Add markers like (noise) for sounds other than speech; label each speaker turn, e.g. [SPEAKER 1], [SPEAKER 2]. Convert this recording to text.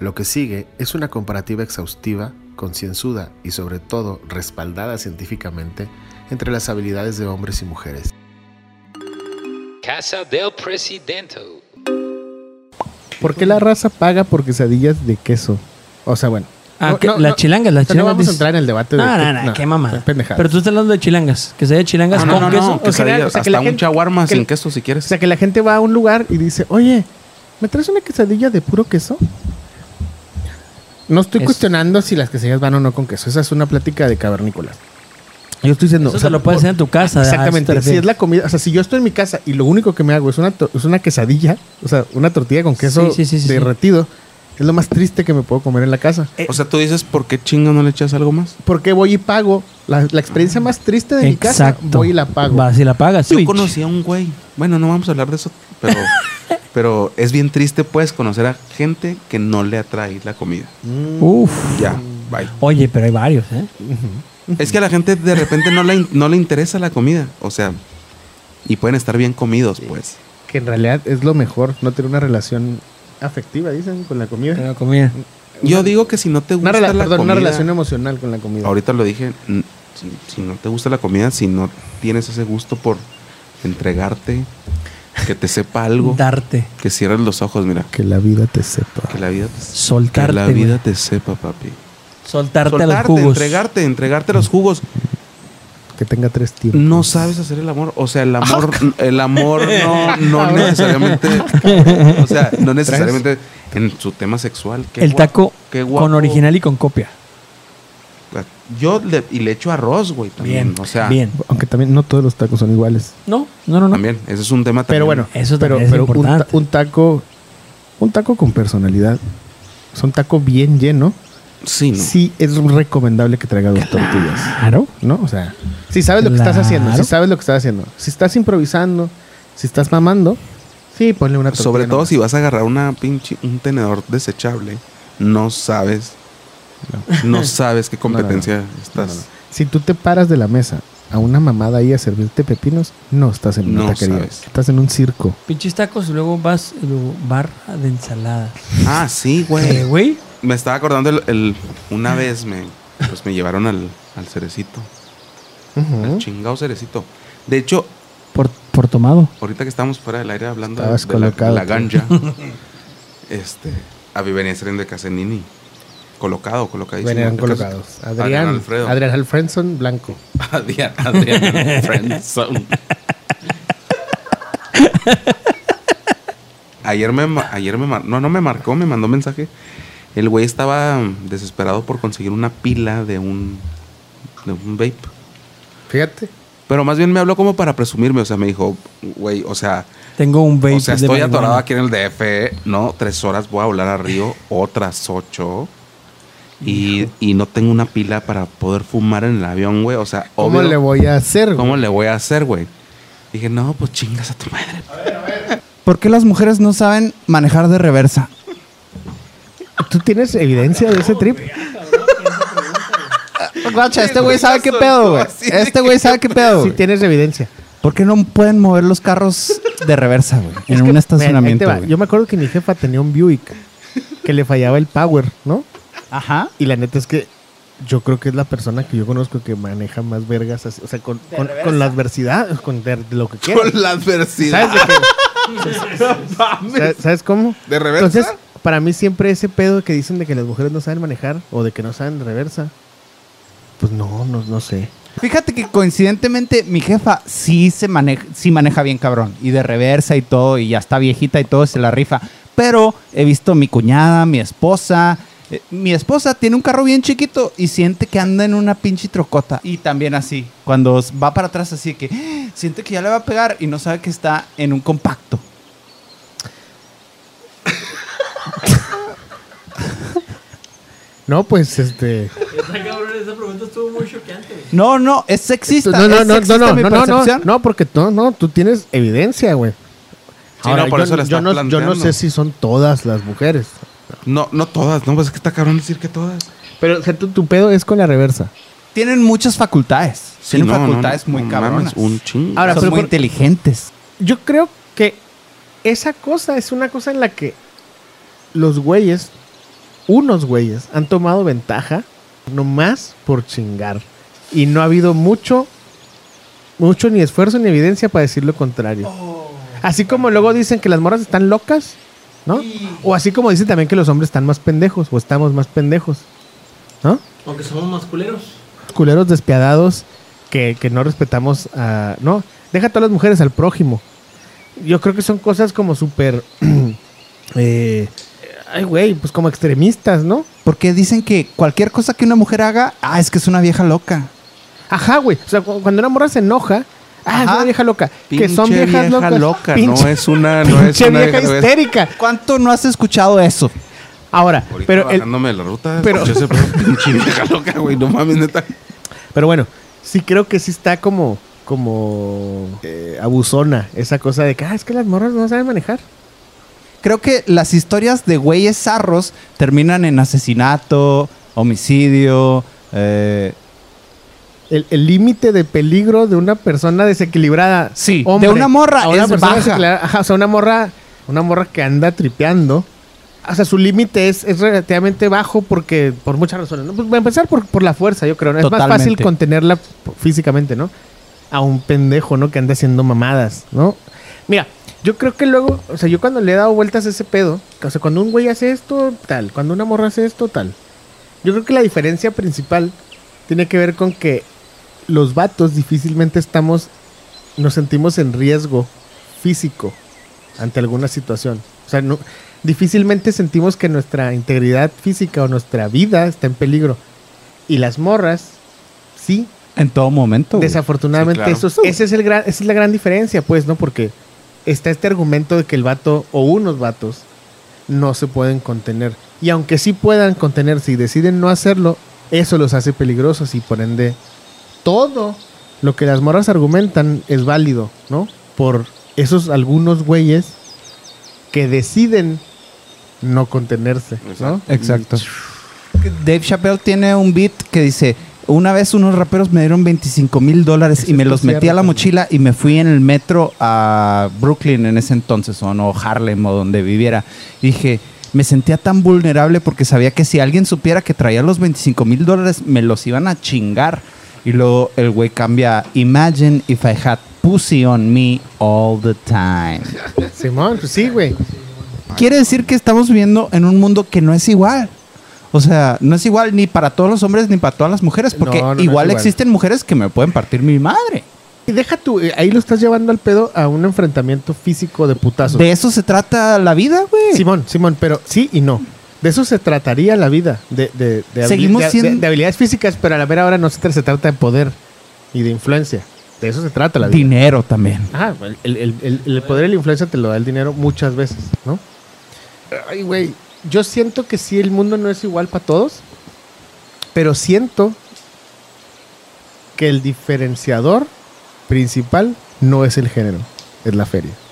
[SPEAKER 1] Lo que sigue es una comparativa exhaustiva, concienzuda y sobre todo respaldada científicamente entre las habilidades de hombres y mujeres.
[SPEAKER 2] Casa del Presidente.
[SPEAKER 3] ¿Por qué la raza paga por quesadillas de queso? O sea, bueno.
[SPEAKER 4] Ah,
[SPEAKER 3] No,
[SPEAKER 4] que-
[SPEAKER 3] no,
[SPEAKER 4] las
[SPEAKER 3] no.
[SPEAKER 4] chilangas,
[SPEAKER 3] O sea,
[SPEAKER 4] las
[SPEAKER 3] no
[SPEAKER 4] chilangas.
[SPEAKER 3] vamos a
[SPEAKER 4] dices-
[SPEAKER 3] entrar en el debate de
[SPEAKER 4] No,
[SPEAKER 3] que-
[SPEAKER 4] no, no, qué mamá.
[SPEAKER 3] pendejadas.
[SPEAKER 4] Pero tú estás hablando de chilangas. Que sea de chilangas
[SPEAKER 5] Ah, No, no,
[SPEAKER 4] con
[SPEAKER 5] no,
[SPEAKER 4] queso.
[SPEAKER 5] no,
[SPEAKER 3] O sea,
[SPEAKER 5] quesadillas,
[SPEAKER 3] que- o sea, que
[SPEAKER 5] hasta
[SPEAKER 3] la
[SPEAKER 5] un
[SPEAKER 3] gente-
[SPEAKER 5] chaguarma
[SPEAKER 3] que-
[SPEAKER 5] sin queso si quieres.
[SPEAKER 3] O sea, que la gente va a un lugar y dice, oye, ¿me traes una quesadilla de puro queso? No estoy
[SPEAKER 4] Es-
[SPEAKER 3] cuestionando si las quesadillas van o no con queso. Esa es una plática de cavernícolas. Yo estoy diciendo...
[SPEAKER 4] Eso te lo puedes
[SPEAKER 3] por-
[SPEAKER 4] hacer en tu casa, ah, este, ¿a eso te
[SPEAKER 3] Exactamente. Si
[SPEAKER 4] refieres?
[SPEAKER 3] es la comida... O sea, si yo estoy en mi casa y lo único que me hago es una, to- es una quesadilla, o sea, una tortilla con queso
[SPEAKER 4] Sí, sí, sí, sí, sí.
[SPEAKER 3] derretido, es lo más triste que me puedo comer en la casa.
[SPEAKER 5] o sea, tú dices, ¿por qué chinga no le echas algo más?
[SPEAKER 3] ¿Por qué voy y pago? La, la experiencia más triste de mi casa, voy y la pago.
[SPEAKER 4] Vas y la pagas.
[SPEAKER 5] Yo
[SPEAKER 4] Uy,
[SPEAKER 5] conocí a un güey. Bueno, no vamos a hablar de eso,
[SPEAKER 3] (laughs)
[SPEAKER 5] pero, pero es bien triste, pues, conocer a gente que no le atrae la comida.
[SPEAKER 3] Mm.
[SPEAKER 4] Uf.
[SPEAKER 5] Ya, bye.
[SPEAKER 4] Oye, pero hay varios, ¿eh?
[SPEAKER 5] Es que a la gente de repente no le, in- no le interesa la comida. O sea, y pueden estar bien comidos, pues.
[SPEAKER 3] Que en realidad es lo mejor, no tener una relación afectiva, dicen, con la comida.
[SPEAKER 4] Pero comida.
[SPEAKER 5] Yo digo que si no te gusta
[SPEAKER 3] Una, rela-
[SPEAKER 5] la
[SPEAKER 3] perdón,
[SPEAKER 5] comida,
[SPEAKER 3] una relación emocional con la comida.
[SPEAKER 5] ahorita lo dije, mm, si, si no te gusta la comida, si no tienes ese gusto por entregarte, que te sepa algo,
[SPEAKER 4] Darte.
[SPEAKER 5] que cierres los ojos, mira,
[SPEAKER 3] Que la vida te sepa.
[SPEAKER 5] que la vida te,
[SPEAKER 4] Soltarte.
[SPEAKER 5] que la
[SPEAKER 4] güey.
[SPEAKER 5] vida te sepa, papi.
[SPEAKER 4] Soltarte, a los
[SPEAKER 5] Soltarte,
[SPEAKER 4] jugos.
[SPEAKER 5] entregarte, entregarte los jugos.
[SPEAKER 3] Que tenga tres tiempos.
[SPEAKER 5] No sabes hacer el amor, o sea, el amor,
[SPEAKER 4] (laughs)
[SPEAKER 5] el amor no, no
[SPEAKER 3] Cabrón.
[SPEAKER 5] necesariamente, o sea, no necesariamente en su tema sexual. Qué
[SPEAKER 4] El
[SPEAKER 5] guapo,
[SPEAKER 4] taco
[SPEAKER 5] qué guapo.
[SPEAKER 4] con original y con copia.
[SPEAKER 5] Yo le, y le echo arroz, güey, también.
[SPEAKER 4] Bien.
[SPEAKER 5] o sea,
[SPEAKER 4] bien.
[SPEAKER 3] Aunque también no todos los tacos son iguales.
[SPEAKER 4] No, no, no. no.
[SPEAKER 5] También, ese es un tema también.
[SPEAKER 3] Pero bueno,
[SPEAKER 4] Eso
[SPEAKER 3] pero,
[SPEAKER 4] también es
[SPEAKER 3] pero un,
[SPEAKER 4] importante.
[SPEAKER 3] ta- un taco un taco con personalidad. Es un taco bien lleno.
[SPEAKER 5] Sí, no.
[SPEAKER 3] Sí es recomendable que traiga dos tortillas.
[SPEAKER 4] Claro.
[SPEAKER 3] ¿No? O sea, si sabes lo que estás haciendo, si
[SPEAKER 4] Claro.
[SPEAKER 3] sabes lo que estás haciendo, si estás improvisando, si estás mamando, sí, ponle una tortilla.
[SPEAKER 5] Sobre todo
[SPEAKER 3] nomás.
[SPEAKER 5] si vas a agarrar una pinche, un tenedor desechable, no sabes, no sabes qué
[SPEAKER 3] (laughs)
[SPEAKER 5] competencia
[SPEAKER 3] No,
[SPEAKER 5] estás.
[SPEAKER 3] no, no. Si tú te paras de la mesa a una mamada ahí a servirte pepinos, no estás en una
[SPEAKER 5] No
[SPEAKER 3] taquería.
[SPEAKER 5] sabes.
[SPEAKER 3] Estás en un circo.
[SPEAKER 4] Pinches tacos y luego vas y luego barra de ensaladas.
[SPEAKER 5] Ah, sí,
[SPEAKER 4] Eh,
[SPEAKER 5] güey.
[SPEAKER 4] güey.
[SPEAKER 5] Me estaba acordando el, el- una vez me, pues me llevaron al, al cerecito,
[SPEAKER 3] Ah,
[SPEAKER 5] al chingado cerecito. De hecho,
[SPEAKER 4] Por, por tomado.
[SPEAKER 5] ahorita que estábamos fuera del aire hablando de,
[SPEAKER 3] Estabas
[SPEAKER 5] de la, de
[SPEAKER 3] colocado,
[SPEAKER 5] la
[SPEAKER 3] tú.
[SPEAKER 5] ganja, este, a mí venía saliendo de Casenini, colocado, colocadísimo.
[SPEAKER 3] Venían
[SPEAKER 5] De
[SPEAKER 3] colocados.
[SPEAKER 5] Cas-
[SPEAKER 3] Adrián, Adrián,
[SPEAKER 5] Alfredo.
[SPEAKER 3] Alfredson Blanco.
[SPEAKER 5] (laughs) Adrián, Adrián Friendzone. Ayer me, ma- ayer me mar- no, no me marcó, me mandó mensaje. El güey estaba desesperado por conseguir una pila de un, de un vape.
[SPEAKER 3] Fíjate.
[SPEAKER 5] Pero más bien me habló como para presumirme, o sea, me dijo, güey, o sea,
[SPEAKER 4] Tengo un vape
[SPEAKER 5] o sea,
[SPEAKER 4] de
[SPEAKER 5] estoy
[SPEAKER 4] marihuana.
[SPEAKER 5] atorado aquí en el DF, ¿eh? ¿no? Tres horas voy a volar
[SPEAKER 3] (laughs)
[SPEAKER 5] a Río, otras ocho. Y, y no tengo una pila para poder fumar en el avión, güey. O sea,
[SPEAKER 3] ¿Cómo
[SPEAKER 5] obvio-
[SPEAKER 3] le voy a hacer?
[SPEAKER 5] ¿Cómo le voy a hacer, güey? Dije, no, pues chingas a tu madre. (laughs)
[SPEAKER 6] ¿Por qué las mujeres no saben manejar de reversa?
[SPEAKER 3] ¿Tú tienes evidencia de ese trip?
[SPEAKER 6] Guacha, este güey sabe qué pedo, güey. Este güey sabe qué pedo,
[SPEAKER 3] Sí,
[SPEAKER 6] güey.
[SPEAKER 3] tienes evidencia.
[SPEAKER 6] ¿Por qué no pueden mover los carros de reversa,
[SPEAKER 3] (laughs)
[SPEAKER 6] güey? En un estacionamiento,
[SPEAKER 3] Mira, ahí te va.
[SPEAKER 6] güey.
[SPEAKER 3] Yo me acuerdo que mi jefa tenía un Buick que le fallaba el power, ¿no?
[SPEAKER 6] Ajá.
[SPEAKER 3] Y la neta es que yo creo que es la persona que yo conozco que maneja más vergas, así, o sea, con, con, con la adversidad, con de- de lo que quieras.
[SPEAKER 5] la adversidad.
[SPEAKER 3] ¿Sabes de (laughs) qué? ¿Sabes- ¿Sabes cómo?
[SPEAKER 5] ¿De reversa?
[SPEAKER 3] Entonces, para mí siempre ese pedo que dicen de que las mujeres no saben manejar o de que no saben reversa, pues no, no, no sé.
[SPEAKER 6] Fíjate que coincidentemente mi jefa sí se maneja, sí maneja bien cabrón. Y de reversa y todo, y ya está viejita y todo, se la rifa. Pero he visto a mi cuñada, mi esposa. eh, mi esposa tiene un carro bien chiquito y siente que anda en una pinche trocota. Y también así, cuando s- va para atrás así que ¡ah! siente que ya le va a pegar y no sabe que está en un compacto.
[SPEAKER 3] No, pues este.
[SPEAKER 4] Esa pregunta estuvo muy choqueante.
[SPEAKER 6] No, no, es sexista.
[SPEAKER 3] No, no,
[SPEAKER 6] ¿Es
[SPEAKER 3] no, no,
[SPEAKER 6] sexista
[SPEAKER 3] no,
[SPEAKER 6] mi
[SPEAKER 3] no, no, no,
[SPEAKER 6] percepción?
[SPEAKER 3] no, porque no, no, tú tienes evidencia, güey.
[SPEAKER 5] Sí, no, por
[SPEAKER 3] yo,
[SPEAKER 5] eso la
[SPEAKER 3] yo
[SPEAKER 5] está
[SPEAKER 3] no, yo no
[SPEAKER 5] planteando.
[SPEAKER 3] sé si son todas las mujeres.
[SPEAKER 5] No, no todas, no, pues es que está cabrón decir que todas.
[SPEAKER 3] Pero o sea, tu, tu pedo es con la reversa.
[SPEAKER 6] Tienen muchas facultades. Tienen
[SPEAKER 5] no, no,
[SPEAKER 6] facultades
[SPEAKER 5] no,
[SPEAKER 6] muy
[SPEAKER 5] no mames,
[SPEAKER 6] cabronas.
[SPEAKER 5] un chingo.
[SPEAKER 3] Ahora,
[SPEAKER 6] Son
[SPEAKER 3] pero
[SPEAKER 6] muy
[SPEAKER 3] por-
[SPEAKER 6] inteligentes.
[SPEAKER 3] Yo creo que esa cosa es una cosa en la que los güeyes unos güeyes han tomado ventaja nomás por chingar. Y no ha habido mucho, mucho ni esfuerzo ni evidencia para decir lo contrario.
[SPEAKER 2] Oh.
[SPEAKER 3] Así como luego dicen que las morras están locas, ¿no? O así como dicen también que los hombres están más pendejos o estamos más pendejos, ¿no?
[SPEAKER 2] Aunque somos más culeros.
[SPEAKER 3] Culeros despiadados que, que no respetamos a... No, deja a todas las mujeres al prójimo. Yo creo que son cosas como súper... (clears throat) eh, ay, güey, pues como extremistas, ¿no?
[SPEAKER 6] Porque dicen que cualquier cosa que una mujer haga, ah, es que es una vieja loca.
[SPEAKER 3] Ajá, güey. O sea, cu- cuando una morra se enoja, ah, es
[SPEAKER 6] Ajá.
[SPEAKER 3] una vieja loca. que son
[SPEAKER 5] Pinche
[SPEAKER 3] viejas
[SPEAKER 5] vieja
[SPEAKER 3] locas.
[SPEAKER 5] loca,
[SPEAKER 3] Pinche-
[SPEAKER 5] no es una, no es
[SPEAKER 3] pinche
[SPEAKER 5] una
[SPEAKER 3] vieja
[SPEAKER 5] no es-
[SPEAKER 3] histérica.
[SPEAKER 6] ¿Cuánto no has escuchado eso?
[SPEAKER 3] Ahora,
[SPEAKER 5] Ahorita
[SPEAKER 3] pero, el-
[SPEAKER 5] bajándome de la ruta,
[SPEAKER 3] pero-
[SPEAKER 5] yo siempre pinche (laughs) vieja loca, güey, no mames, neta.
[SPEAKER 3] pero bueno, sí creo que sí está como, como eh, abusona esa cosa de que, ah, es que las morras no saben manejar.
[SPEAKER 6] Creo que las historias de güeyes zarros terminan en asesinato, homicidio, eh,
[SPEAKER 3] El el límite de peligro de una persona desequilibrada.
[SPEAKER 6] Sí, de una morra
[SPEAKER 3] a
[SPEAKER 6] es
[SPEAKER 3] persona
[SPEAKER 6] baja.
[SPEAKER 3] desequilibrada. Ajá, o sea, una morra, una morra que anda tripeando. O sea, su límite es, es relativamente bajo porque, por muchas razones. ¿no? Pues, para empezar por, por la fuerza, yo creo. ¿no? Es más
[SPEAKER 6] Totalmente.
[SPEAKER 3] fácil contenerla físicamente, ¿no? A un pendejo, ¿no? Que anda haciendo mamadas, ¿no? Mira, yo creo que luego, o sea, yo cuando le he dado vueltas a ese pedo, o sea, cuando un güey hace esto, tal, cuando una morra hace esto, tal. Yo creo que la diferencia principal tiene que ver con que los vatos difícilmente estamos, nos sentimos en riesgo físico ante alguna situación. O sea, no, difícilmente sentimos que nuestra integridad física o nuestra vida está en peligro. Y las morras, sí,
[SPEAKER 6] en todo momento. güey.
[SPEAKER 3] Desafortunadamente,
[SPEAKER 5] Sí, claro.
[SPEAKER 3] eso es- ese es el gran, esa es la gran diferencia, pues, ¿no? Porque está este argumento de que el vato o unos vatos no se pueden contener. Y aunque sí puedan contenerse y deciden no hacerlo, eso los hace peligrosos y por ende todo lo que las morras argumentan es válido, ¿no? Por esos algunos güeyes que deciden no contenerse, ¿no?
[SPEAKER 6] Exacto. Dave Chappelle tiene un beat que dice: Una vez unos raperos me dieron 25 mil dólares
[SPEAKER 3] Ese
[SPEAKER 6] y me
[SPEAKER 3] es
[SPEAKER 6] los
[SPEAKER 3] tu
[SPEAKER 6] metí
[SPEAKER 3] cierre
[SPEAKER 6] a la
[SPEAKER 3] también.
[SPEAKER 6] mochila y me fui en el metro a Brooklyn en ese entonces, o no, Harlem o donde viviera. Y dije: Me sentía tan vulnerable porque sabía que si alguien supiera que traía los 25 mil dólares, me los iban a chingar. Y luego el güey cambia: Imagine if I had pussy on me all the time.
[SPEAKER 3] (laughs) Simón, pues sí, güey.
[SPEAKER 6] Quiere decir que estamos viviendo en un mundo que no es igual. O sea, no es igual ni para todos los hombres ni para todas las mujeres, porque
[SPEAKER 3] No, no, no es
[SPEAKER 6] igual
[SPEAKER 3] igual.
[SPEAKER 6] existen mujeres que me pueden partir mi madre.
[SPEAKER 3] Y deja tú, eh, ahí lo estás llevando al pedo a un enfrentamiento físico de putazos.
[SPEAKER 6] De eso se trata la vida, güey.
[SPEAKER 3] Simón, Simón, pero sí y no. De eso se trataría la vida, de, de, de habili-
[SPEAKER 6] Seguimos
[SPEAKER 3] de-
[SPEAKER 6] siendo-
[SPEAKER 3] de- de habilidades físicas, pero a la ver ahora no se, tra- se trata de poder y de influencia. De eso se trata la vida.
[SPEAKER 6] Dinero también.
[SPEAKER 3] Ajá, el, el- el- el poder y la influencia te lo da el dinero muchas veces, ¿no? Ay, güey, yo siento que sí, el mundo no es igual para todos, pero siento que el diferenciador principal no es el género, es la feria.